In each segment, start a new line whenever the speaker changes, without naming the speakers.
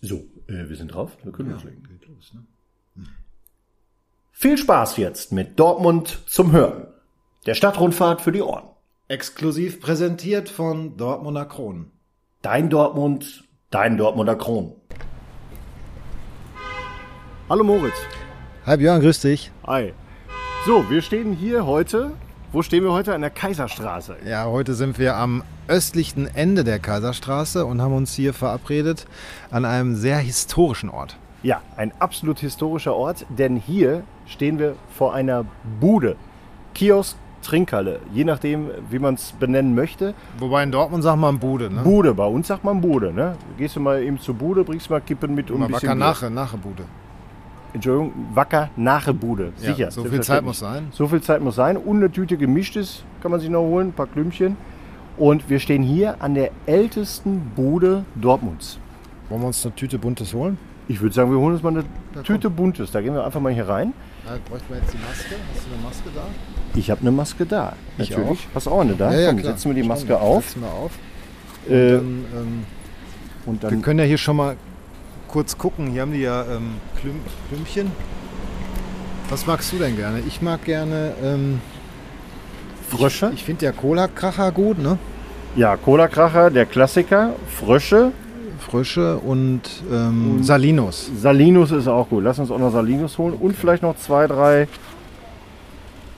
So, äh, wir sind drauf. Wir können loslegen.
geht los, ne?
Viel Spaß jetzt mit Dortmund zum Hören. Der Stadtrundfahrt für die Ohren.
Exklusiv präsentiert von Dortmunder Kronen.
Dein Dortmund, dein Dortmunder Kron. Hallo Moritz.
Hi Björn, grüß dich.
Hi. So, wir stehen hier heute. Wo stehen wir heute? An der Kaiserstraße.
Ja, heute sind wir am östlichen Ende der Kaiserstraße und haben uns hier verabredet an einem sehr historischen Ort.
Ja, ein absolut historischer Ort, denn hier stehen wir vor einer Bude. Kiosk, Trinkhalle, je nachdem, wie man es benennen möchte.
Wobei in Dortmund sagt man Bude, ne?
Bude, bei uns sagt man Bude, ne? Gehst du mal eben zur Bude, bringst mal Kippen mit und ein
Man
bisschen
wacker
Bier.
Nache, Nachebude.
Entschuldigung, wacker Nachebude. Sicher.
Ja, so viel
selbstverständlich.
Zeit muss sein.
So viel Zeit muss sein. Und eine Tüte gemischtes kann man sich noch holen, ein paar Klümpchen. Und wir stehen hier an der ältesten Bude Dortmunds.
Wollen wir uns eine Tüte Buntes holen?
Ich würde sagen, wir holen uns mal eine Tüte Buntes. Da gehen wir einfach mal hier rein.
Da bräuchten wir jetzt die Maske. Hast du eine Maske da?
Ich habe eine Maske da.
Ich
Natürlich. Hast du auch eine da? Komm, setzen wir die Maske auf.
Setzen wir auf.
Äh,
Ähm, ähm,
und
Wir
dann
können ja hier schon mal kurz gucken. Hier haben die ja ähm, Klüm Klümpchen. Was magst du denn gerne? Ich mag gerne. Ähm,
Frösche.
ich finde ja Cola-Kracher gut, ne?
Ja, Cola-Kracher, der Klassiker. Frösche.
Frösche und, ähm, Salinos.
Salinus ist auch gut. Lass uns auch noch Salinus holen. Und vielleicht noch zwei, drei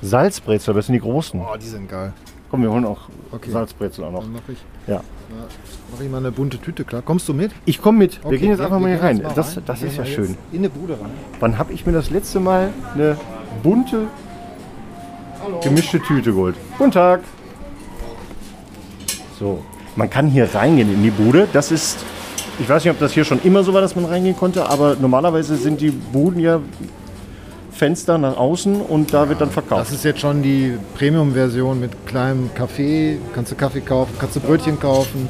Salzbrezel. Das sind die großen.
Oh, die sind geil.
Komm, wir holen auch
Okay. Ähm,
Salzbrezel auch noch.
Dann mache ich,
Ja.
na, mach ich mal eine bunte Tüte klar. Kommst du mit?
Ich komme mit. wir
Okay,
gehen jetzt einfach mal hier
gehen
rein.
jetzt mal
Das,
rein.
das
Gehen
ist ja
wir
schön.
jetzt In eine Bude rein.
Wann habe ich mir das letzte Mal eine bunte, gemischte Tüte geholt? Guten Tag. So, man kann hier reingehen in die Bude. Das ist, ich weiß nicht, ob das hier schon immer so war, dass man reingehen konnte, aber normalerweise sind die Buden ja Fenster nach außen und da wird dann
Das
verkauft.
ist jetzt schon die Premium-Version mit kleinem Kaffee. Kannst du Kaffee kaufen, kannst du Brötchen kaufen.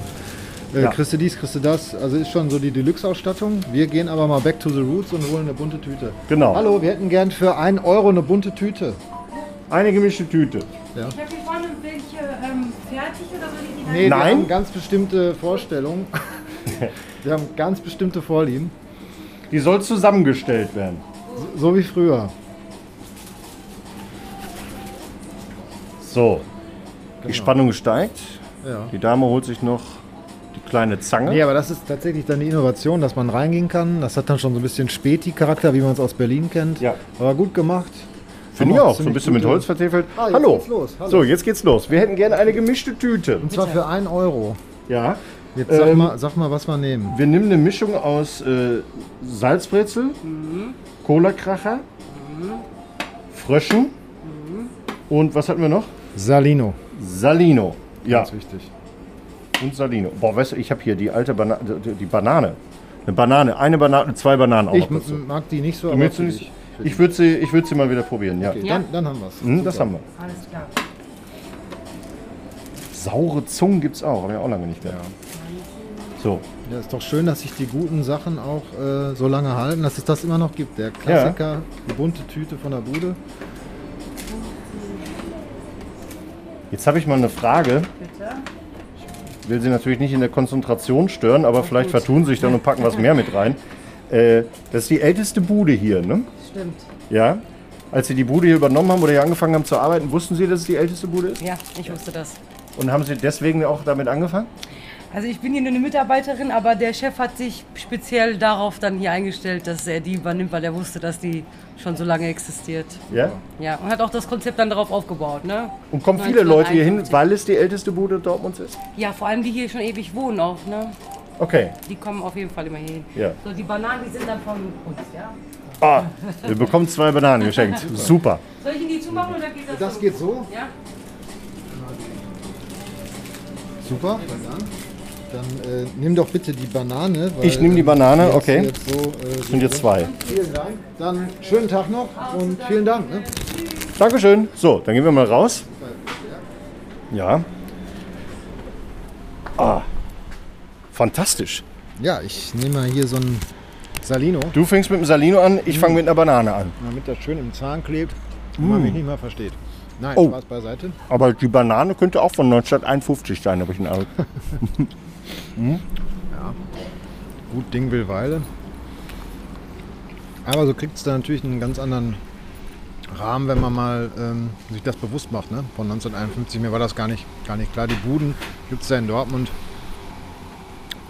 Äh,
Ja.
Kriegst du dies, kriegst du das. Also ist schon so die Deluxe-Ausstattung. Wir gehen aber mal back to the roots und holen eine bunte Tüte.
Genau.
Hallo, wir hätten gern für 1 Euro eine bunte Tüte.
Eine gemischte Tüte.
Ich habe hier vorne welche ähm, fertig oder soll ich die dann?
Nee, wir
Nein.
haben ganz bestimmte Vorstellungen. wir haben ganz bestimmte Vorlieben.
Die soll zusammengestellt werden.
So wie früher.
So, die Spannung steigt.
Genau. Ja.
Die Dame holt sich noch die kleine Zange.
Nee, aber das ist tatsächlich dann die Innovation, dass man reingehen kann. Das hat dann schon so ein bisschen Späti-Charakter, wie man es aus Berlin kennt.
Ja.
Aber gut gemacht.
Finde ich auch.
Haben
So ein
ziemlich
bisschen mit
gute-
Holz vertäfelt.
Ah, jetzt
Hallo.
geht's los. Hallo.
So, jetzt geht's los. Wir hätten gerne eine gemischte Tüte.
Und zwar für 1 Euro.
Ja.
Jetzt sag,
Ähm,
mal, sag mal, was wir nehmen.
Wir nehmen eine Mischung aus äh, Salzbrezel,
Mhm.
Cola-Kracher, Fröschen
Mhm.
und was hatten wir noch?
Salino.
Salino. Ja,
Ganz wichtig.
und Salino. Boah, weißt du, ich habe hier die alte Bana die die Banane. Eine Banane, eine Banane, zwei Bananen auch
Ich
noch dazu.
m- mag die nicht so,
Du
aber
willst du
für
nicht?
dich.
Ich würde sie, ich würd sie mal wieder probieren, ja.
Okay,
Ja.
Dann, dann haben wir es.
Hm, das haben wir.
Alles klar.
Saure Zungen gibt's auch, haben wir auch lange nicht mehr. So,
Ja, ist doch schön, dass sich die guten Sachen auch äh, so lange halten, dass es das immer noch gibt. Der Klassiker, die bunte Tüte von der Bude.
Jetzt habe ich mal eine Frage.
Bitte.
Ich will Sie natürlich nicht in der Konzentration stören, aber vielleicht vertun Sie sich dann und packen was mehr mit rein. Äh, das ist die älteste Bude hier, ne?
Stimmt.
Ja. Als Sie die Bude hier übernommen haben oder hier angefangen haben zu arbeiten, wussten Sie, dass es die älteste Bude ist?
Ja, ich wusste das.
Und haben Sie deswegen auch damit angefangen?
Also ich bin hier nur eine Mitarbeiterin, aber der Chef hat sich speziell darauf dann hier eingestellt, dass er die übernimmt, weil er wusste, dass die schon so lange existiert.
Ja.
Ja, und hat auch das Konzept dann darauf aufgebaut, ne?
Und kommen viele Leute hier hin,
1951.
weil es die älteste Bude Dortmunds ist?
Ja, vor allem die hier schon ewig wohnen auch, ne?
Okay.
Die kommen auf jeden Fall immer hier hin.
Ja.
So, die Bananen, die sind dann von uns, ja?
Ah, wir bekommen zwei Bananen geschenkt. Super.
Soll ich Ihnen die zumachen oder geht das
Das
so?
geht so.
Ja?
Super. Dann äh, nimm doch bitte die Banane. Weil,
Ich nehm die
ähm,
Banane,
jetzt-
okay.
Jetzt so, äh,
Das sind jetzt zwei.
Vielen Dank. Dann schönen Tag noch und vielen Dank. Ne?
Dankeschön. So, dann gehen wir mal raus. Ja. Ah, fantastisch.
Ja, ich nehme mal hier so ein Salino,
Du fängst mit dem Salino an, ich fange mit einer Banane an.
damit das schön im Zahn klebt und man mich nicht mehr versteht. Nein,
Oh.
Spaß beiseite.
Aber die Banane könnte auch von 1951 sein, habe ich einen Eindruck.
gut Ding will Weile. Aber so kriegt es da natürlich einen ganz anderen Rahmen, wenn man mal ähm, sich das bewusst macht. Ne? Von 1951, mir war das gar nicht, gar nicht klar. Die Buden gibt es da in Dortmund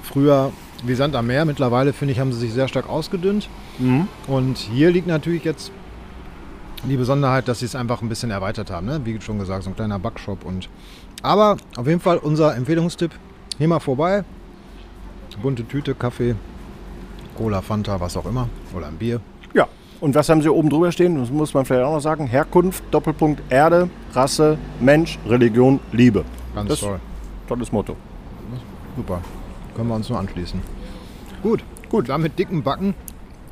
früher wie Sand am Meer. Mittlerweile, finde ich, haben sie sich sehr stark ausgedünnt.
Mhm.
Und hier liegt natürlich jetzt die Besonderheit, dass sie es einfach ein bisschen erweitert haben. Ne? Wie schon gesagt, so ein kleiner Backshop. Und Aber auf jeden Fall unser Empfehlungstipp. Hier mal vorbei. Bunte Tüte, Kaffee, Cola, Fanta, was auch immer. Oder ein Bier.
Ja. Und was haben sie oben drüber stehen? Das muss man vielleicht auch noch sagen. Herkunft, Doppelpunkt, Erde, Rasse, Mensch, Religion, Liebe.
Ganz
Das-
toll.
Tolles Motto.
Super. Können wir uns nur anschließen. Gut. Gut. Damit dicken Backen.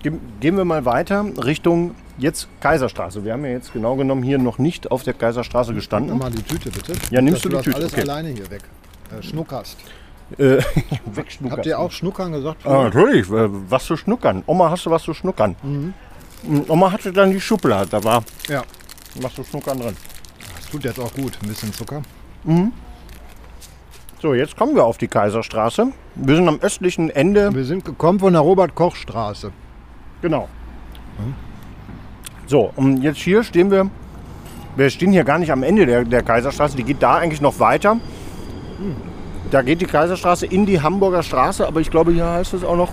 Ge- Gehen wir mal weiter Richtung jetzt Kaiserstraße. Wir haben ja jetzt genau genommen hier noch nicht auf der Kaiserstraße
Nimm
gestanden.
mal die Tüte bitte.
Mhm. Ja, nimmst du
Dass
die
das
Tüte,
alles
okay.
alleine hier weg. Äh, schnuckerst.
Äh, wegschnuckern.
Habt ihr auch Schnuckern gesagt?
Ah, natürlich, äh, was zu schnuckern. Oma, hast du was zu schnuckern? Mm, Oma hatte dann die Schublade, da war
Ja.
was zu schnuckern drin.
Das tut jetzt auch gut. Ein bisschen Zucker.
So, jetzt kommen wir auf die Kaiserstraße. Wir sind am östlichen Ende.
Wir sind gekommen von der Robert-Koch-Straße.
Genau. So, und jetzt hier stehen wir. Wir stehen hier gar nicht am Ende der, der Kaiserstraße. Die geht da eigentlich noch weiter. Da geht die Kaiserstraße in die Hamburger Straße, aber ich glaube, hier heißt es auch noch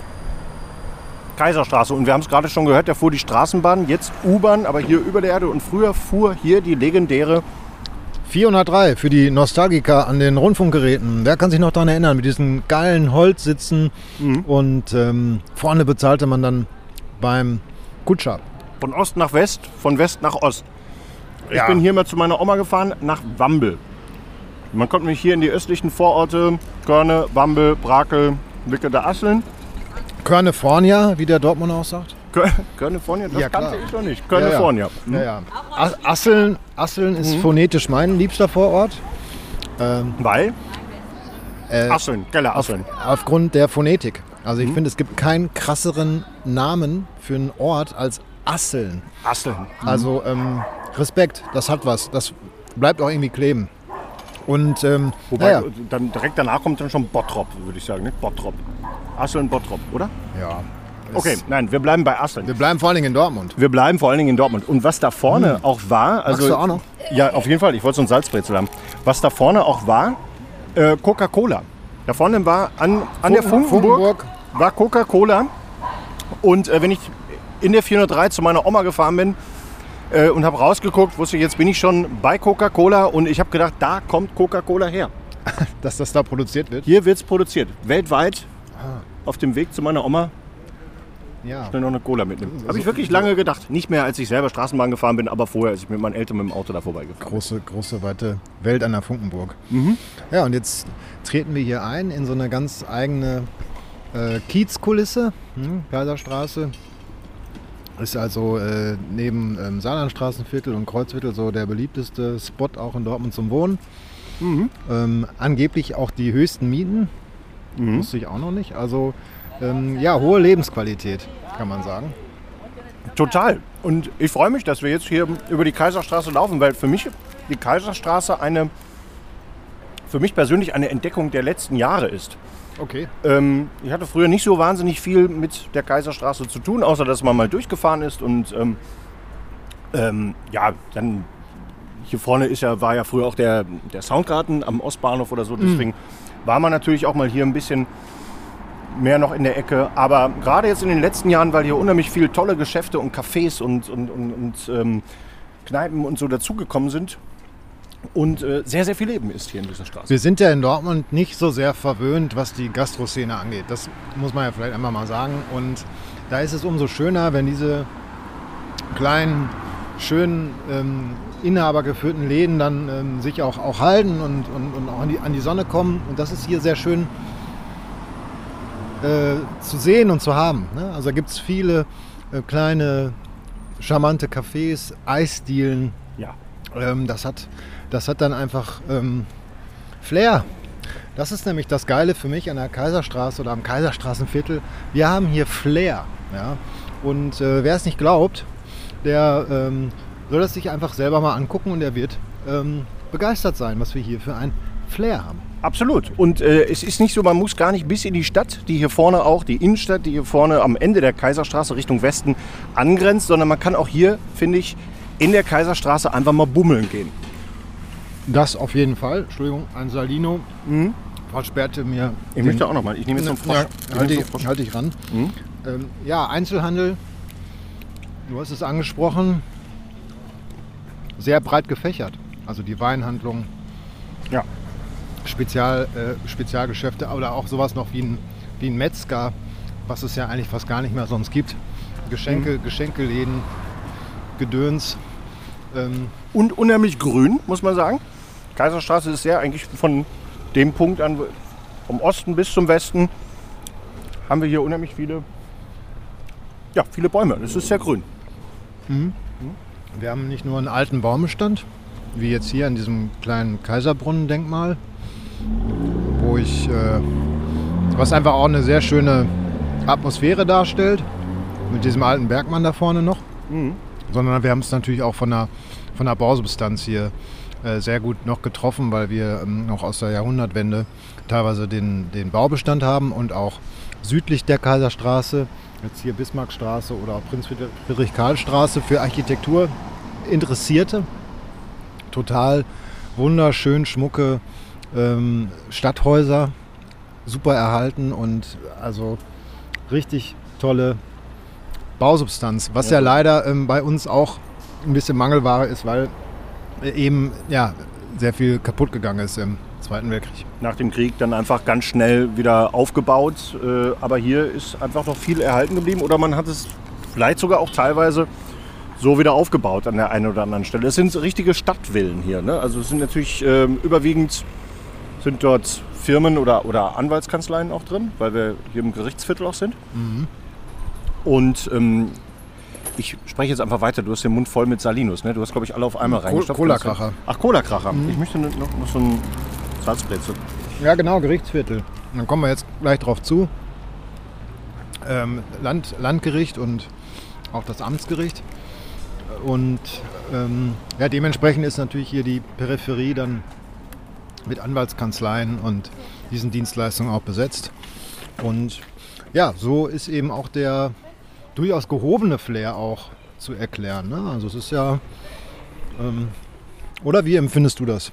Kaiserstraße. Und wir haben es gerade schon gehört, da fuhr die Straßenbahn, jetzt U-Bahn, aber hier über der Erde. Und früher fuhr hier die legendäre
403 für die Nostalgiker an den Rundfunkgeräten. Wer kann sich noch daran erinnern? Mit diesen geilen Holzsitzen.
Mhm.
Und ähm, vorne bezahlte man dann beim Kutscher.
von Ost nach West, von West nach Ost. Ich
Ja.
bin hier mal zu meiner Oma gefahren, nach Wambel. Man kommt nämlich hier in die östlichen Vororte, Körne, Wambel, Brakel, Wicke der Asseln.
Körnefornia, wie der Dortmund auch sagt.
Kör- Körnefornia, das
Ja, klar.
kannte ich noch nicht. Körnefornia.
Ja, ja. ja. As- Asseln, Asseln ist
Mhm.
phonetisch mein liebster Vorort.
Weil?
Äh,
Asseln, Keller Asseln.
Aufgrund der Phonetik. Also ich
Mhm.
finde, es gibt keinen krasseren Namen für einen Ort als Asseln.
Asseln.
Also ähm, Respekt, das hat was. Das bleibt auch irgendwie kleben. Und ähm,
Wobei,
naja.
dann direkt danach kommt dann schon Bottrop, würde ich sagen. Ne? Bottrop. Asseln, Bottrop, oder?
ja. Es-
Okay, nein, wir bleiben bei Asseln.
Wir bleiben vor allen Dingen in Dortmund.
Wir bleiben vor allen Dingen in Dortmund. Und was da vorne auch war, also.
Hm. du auch noch?
Ja, auf jeden Fall. Ich wollte so einen Salzbrezel haben. Was da vorne auch war, äh, Coca-Cola. Da vorne war an, an der
Funken-
Funkenburg,
Funkenburg.
war Coca-Cola. Und äh, wenn ich in der 403 zu meiner Oma gefahren bin äh, und habe rausgeguckt, wusste ich, jetzt bin ich schon bei Coca-Cola und ich habe gedacht, da kommt Coca-Cola her.
Dass das da produziert wird.
Hier wird es produziert. Weltweit.
Ah.
Auf dem Weg zu meiner Oma
Ja.
schnell noch eine Cola mitnehmen. Habe ich wirklich lange gedacht. Nicht mehr, als ich selber Straßenbahn gefahren bin, aber vorher, als ich mit meinen Eltern mit dem Auto da vorbeigefahren
Große, große, weite Welt an der Funkenburg. Ja, und jetzt treten wir hier ein in so eine ganz eigene äh, Kiezkulisse. Mhm. Kaiserstraße ist also äh, neben ähm, Saarlandstraßenviertel und Kreuzviertel so der beliebteste Spot auch in Dortmund zum Wohnen. Ähm, angeblich auch die höchsten Mieten. Wusste ich auch noch nicht. Also ähm, ja, hohe Lebensqualität, kann man sagen.
bin. Total. Und ich freue mich, dass wir jetzt hier über die Kaiserstraße laufen, weil für mich die Kaiserstraße eine, für mich persönlich eine Entdeckung der letzten Jahre ist.
Okay.
Ähm, ich hatte früher nicht so wahnsinnig viel mit der Kaiserstraße zu tun, außer dass man mal durchgefahren ist und ähm, ähm, ja, dann hier vorne ist ja, war ja früher auch der, der Soundgarten am Ostbahnhof oder so, deswegen war man natürlich auch mal hier ein bisschen mehr noch in der Ecke, aber gerade jetzt in den letzten Jahren, weil hier unheimlich viele tolle Geschäfte und Cafés und, und, und, und ähm, Kneipen und so dazugekommen sind und äh, sehr, sehr viel Leben ist hier in dieser Straße.
Wir sind ja in Dortmund nicht so sehr verwöhnt, was die Gastroszene angeht. Das muss man ja vielleicht einmal mal sagen. Und da ist es umso schöner, wenn diese kleinen, schönen, ähm, inhabergeführten Läden dann ähm, sich auch, auch halten und, und, und auch an die, an die Sonne kommen. Und das ist hier sehr schön äh, zu sehen und zu haben. Ne? Also da gibt es viele äh, kleine, charmante Cafés, Eisdielen,
Ja.
ähm, das, hat, das hat dann einfach ähm, Flair. Das ist nämlich das Geile für mich an der Kaiserstraße oder am Kaiserstraßenviertel. Wir haben hier Flair. Ja? Und äh, wer es nicht glaubt, der ähm, soll das sich einfach selber mal angucken und er wird ähm, begeistert sein, was wir hier für ein Flair haben.
Absolut. Und äh, es ist nicht so, man muss gar nicht bis in die Stadt, die hier vorne auch, die Innenstadt, die hier vorne am Ende der Kaiserstraße Richtung Westen angrenzt, sondern man kann auch hier, finde ich, in der Kaiserstraße einfach mal bummeln gehen.
Das auf jeden Fall. Entschuldigung, ein Salino versperrte mir.
Mhm. Ich möchte auch nochmal, ich nehme jetzt noch Frosch.
Mhm. Ja,
Ich nehme
halte
jetzt
ich,
noch Hm? Frosch.
halt ich ran. Ähm, ja, Einzelhandel, du hast es angesprochen, sehr breit gefächert. Also die Weinhandlung,
Ja.
Spezial, äh, Spezialgeschäfte oder auch sowas noch wie ein, wie ein Metzger, was es ja eigentlich fast gar nicht mehr sonst gibt. Geschenke,
Hm.
Geschenkeläden, Gedöns. Ähm,
Und unheimlich grün, muss man sagen. Kaiserstraße ist sehr eigentlich von dem Punkt an, vom Osten bis zum Westen, haben wir hier unheimlich viele, ja, viele Bäume. Es ist sehr grün.
Wir haben nicht nur einen alten Baumbestand, wie jetzt hier an diesem kleinen Kaiserbrunnen-Denkmal, wo ich, äh, was einfach auch eine sehr schöne Atmosphäre darstellt, mit diesem alten Bergmann da vorne noch, sondern wir haben es natürlich auch von der, von der Bausubstanz hier äh, sehr gut noch getroffen, weil wir ähm, noch aus der Jahrhundertwende teilweise den, den Baubestand haben und auch südlich der Kaiserstraße, jetzt hier Bismarckstraße oder auch Prinz Friedrich- Friedrich-Karl-Straße für Architektur Interessierte. Total wunderschön schmucke ähm, Stadthäuser, super erhalten und also richtig tolle Bausubstanz, was ja, leider ähm, bei uns auch ein bisschen Mangelware ist, weil äh, eben ja sehr viel kaputt gegangen ist im Zweiten Weltkrieg.
Nach dem Krieg dann einfach ganz schnell wieder aufgebaut. Äh, aber hier ist einfach noch viel erhalten geblieben oder man hat es vielleicht sogar auch teilweise so wieder aufgebaut an der einen oder anderen Stelle. Es sind so richtige Stadtvillen hier. Ne? Also es sind natürlich ähm, überwiegend sind dort Firmen oder, oder Anwaltskanzleien auch drin, weil wir hier im Gerichtsviertel auch sind. Und ähm, ich spreche jetzt einfach weiter. Du hast den Mund voll mit Salinus. Ne? Du hast, glaube ich, alle auf einmal
Co-
reingestopft.
Cola-Kracher.
Ach, Cola-Kracher. Ich möchte noch, noch so ein Salzbrezel.
Ja, genau, Gerichtsviertel. Dann kommen wir jetzt gleich drauf zu. Ähm, Land, Landgericht und auch das Amtsgericht. Und ähm, ja, dementsprechend ist natürlich hier die Peripherie dann mit Anwaltskanzleien und diesen Dienstleistungen auch besetzt. Und ja, so ist eben auch der durchaus gehobene Flair auch zu erklären. Ne? Also es ist ja... Ähm, oder wie empfindest du das?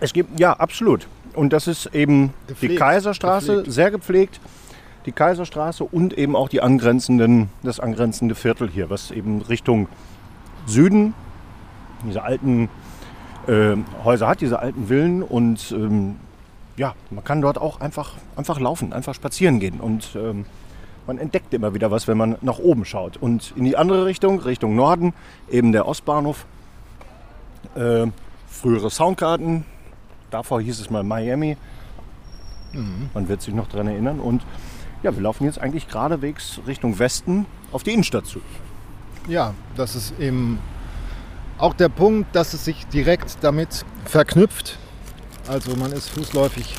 Es gibt, ja, absolut. Und das ist eben die
Gepflegt.
Kaiserstraße,
Gepflegt.
sehr gepflegt. Die Kaiserstraße und eben auch die angrenzenden, das angrenzende Viertel hier, was eben Richtung Süden diese alten äh, Häuser hat, diese alten Villen. Und ähm, ja, man kann dort auch einfach, einfach laufen, einfach spazieren gehen. Und ähm, man entdeckt immer wieder was, wenn man nach oben schaut. Und in die andere Richtung, Richtung Norden, eben der Ostbahnhof, äh, frühere Soundgarten, davor hieß es mal Miami. Man wird sich noch dran erinnern. Und ja, wir laufen jetzt eigentlich geradewegs Richtung Westen auf die Innenstadt zu.
Ja, das ist eben auch der Punkt, dass es sich direkt damit verknüpft. Also man ist fußläufig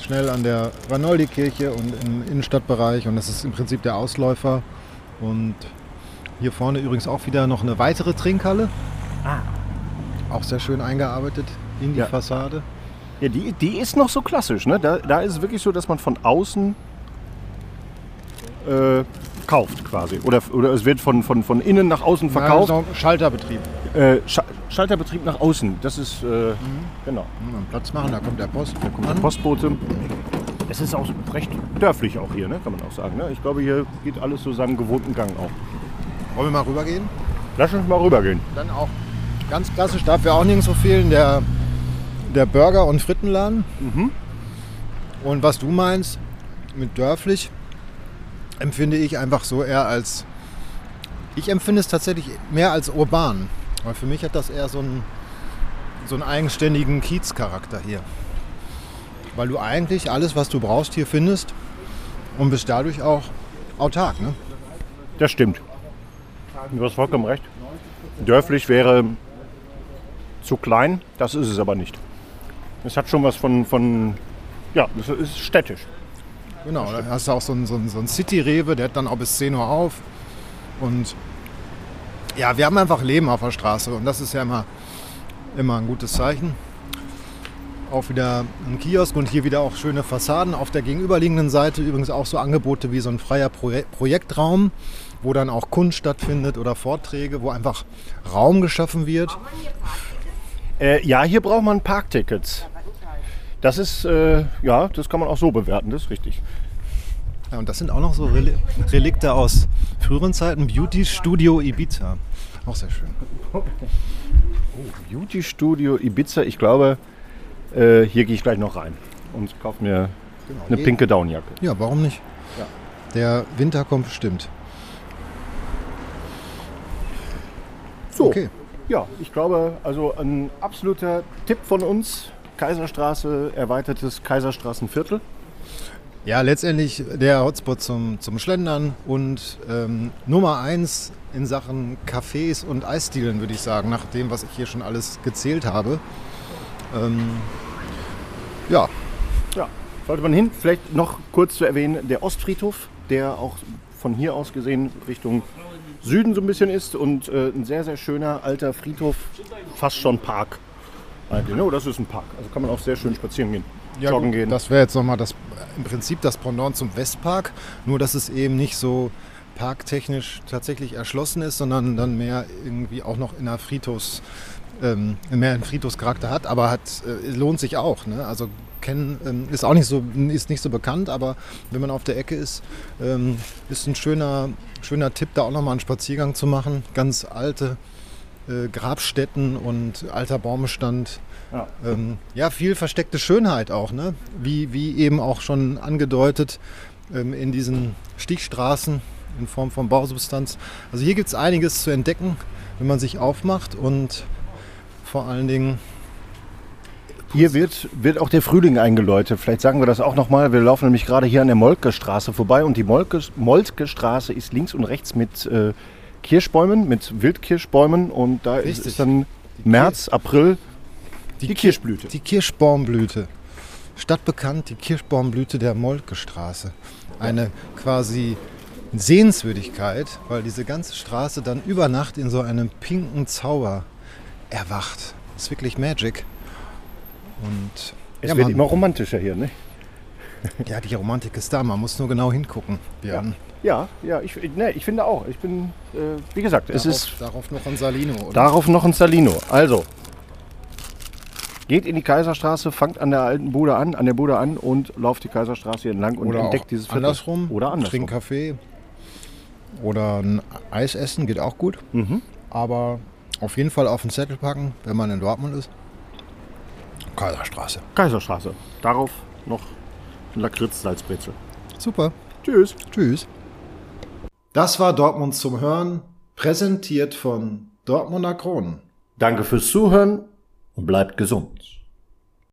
schnell an der Ranoldi-Kirche und im Innenstadtbereich und das ist im Prinzip der Ausläufer. Und hier vorne übrigens auch wieder noch eine weitere Trinkhalle. Auch sehr schön eingearbeitet in die
Ah. Ja.
Fassade.
Ja, die, die ist noch so klassisch. Ne? Da, da ist es wirklich so, dass man von außen äh, kauft quasi. Oder, oder es wird von, von, von innen nach außen verkauft.
Nein, das ist noch Schalterbetrieb.
Äh, Scha- Schalterbetrieb nach außen. Das ist, äh, genau,
Hm, Platz machen, da kommt der Post. Da kommt
der Postbote. Es ist auch recht dörflich auch hier, ne? kann man auch sagen. Ne? Ich glaube, hier geht alles so seinen gewohnten Gang auch.
Wollen wir mal rübergehen?
Lass uns mal rübergehen.
Dann auch ganz klassisch, darf ja auch nirgends so fehlen, der, der Burger- und Frittenladen. Und was du meinst mit dörflich, empfinde ich einfach so eher als, ich empfinde es tatsächlich mehr als urban. Weil für mich hat das eher so einen, so einen eigenständigen Kiezcharakter hier. Weil du eigentlich alles, was du brauchst, hier findest und bist dadurch auch autark. Ne?
Das stimmt. Du hast vollkommen recht. Dörflich wäre zu klein, das ist es aber nicht. Es hat schon was von, von ja, es ist städtisch.
Genau, da hast du auch so einen, so einen, so einen City-Rewe, der hat dann auch bis 10 Uhr auf. Und ja, wir haben einfach Leben auf der Straße und das ist ja immer, immer ein gutes Zeichen. auch wieder ein Kiosk und hier wieder auch schöne Fassaden. Auf der gegenüberliegenden Seite übrigens auch so Angebote wie so ein freier Proje Projektraum, wo dann auch Kunst stattfindet oder Vorträge, wo einfach Raum geschaffen wird.
Äh, ja, hier braucht man Parktickets. Das ist, äh, ja, das kann man auch so bewerten, das ist richtig.
Ja, und das sind auch noch so Reli- Relikte aus früheren Zeiten. Beauty Studio Ibiza. Auch sehr schön.
Beauty Studio Ibiza, ich glaube, äh, hier gehe ich gleich noch rein und kaufe mir
Genau.
eine
Je-
pinke Downjacke.
Ja, warum nicht?
Ja.
Der Winter kommt bestimmt.
So,
Okay.
ja, ich glaube, also ein absoluter Tipp von uns. Kaiserstraße, erweitertes Kaiserstraßenviertel.
Ja, letztendlich der Hotspot zum, zum Schlendern und ähm, Nummer eins in Sachen Cafés und Eisdielen, würde ich sagen, nach dem, was ich hier schon alles gezählt habe. Ähm, ja,
Ja, sollte man hin. Vielleicht noch kurz zu erwähnen, der Ostfriedhof, der auch von hier aus gesehen Richtung Süden so ein bisschen ist und äh, ein sehr, sehr schöner alter Friedhof, fast schon Park. Also, ne, das ist ein Park, also kann man auch sehr schön spazieren gehen,
ja
joggen
gut,
gehen.
das wäre jetzt nochmal das, im Prinzip das Pendant zum Westpark, nur dass es eben nicht so parktechnisch tatsächlich erschlossen ist, sondern dann mehr irgendwie auch noch in einer Friedhofs, ähm, mehr einen Friedhofscharakter hat, aber hat, äh, lohnt sich auch. Ne? Also kennen, ähm, ist auch nicht so, ist nicht so bekannt, aber wenn man auf der Ecke ist, ähm, ist ein schöner, schöner Tipp, da auch nochmal einen Spaziergang zu machen. Ganz alte äh, Grabstätten und alter Baumbestand.
Ja.
Ähm, ja, viel versteckte Schönheit auch, ne? wie, wie eben auch schon angedeutet ähm, in diesen Stichstraßen in Form von Bausubstanz. Also hier gibt es einiges zu entdecken, wenn man sich aufmacht und vor allen Dingen
Hier wird, wird auch der Frühling eingeläutet. Vielleicht sagen wir das auch nochmal. Wir laufen nämlich gerade hier an der Moltke-Straße vorbei und die Moltke- Moltke-Straße ist links und rechts mit äh, Kirschbäumen, mit Wildkirschbäumen und da ist,
Richtig.
ist dann März, April die, Kirschblüte.
die Kirschbaumblüte. Stadtbekannt die Kirschbaumblüte der Moltke-Straße. Eine quasi Sehenswürdigkeit, weil diese ganze Straße dann über Nacht in so einem pinken Zauber erwacht. Das ist wirklich Magic. Und
es
ja,
wird
man-
immer romantischer hier, ne?
ja, die Romantik ist da, man muss nur genau hingucken.
Ja.
Björn.
Ja, ja, ich, ne, ich finde auch. Ich bin, äh, wie gesagt, es
darauf,
ist
darauf noch Gonzalino. Oder?
Darauf noch ein Salino. Also, geht in die Kaiserstraße, fangt an der alten Bude an, an der Bude an und lauft die Kaiserstraße hier entlang und
oder
entdeckt
auch
dieses Viertel.
andersrum.
Oder andersrum.
Trinken Kaffee oder ein Eis essen geht auch gut.
Mhm.
Aber auf jeden Fall auf den Zettel packen, wenn man in Dortmund ist. Kaiserstraße.
Kaiserstraße. Darauf noch ein Lakritz-Salzbrezel.
Super.
Tschüss.
Tschüss. Das war Dortmund zum Hören, präsentiert von Dortmunder Kronen.
Danke fürs Zuhören und bleibt gesund.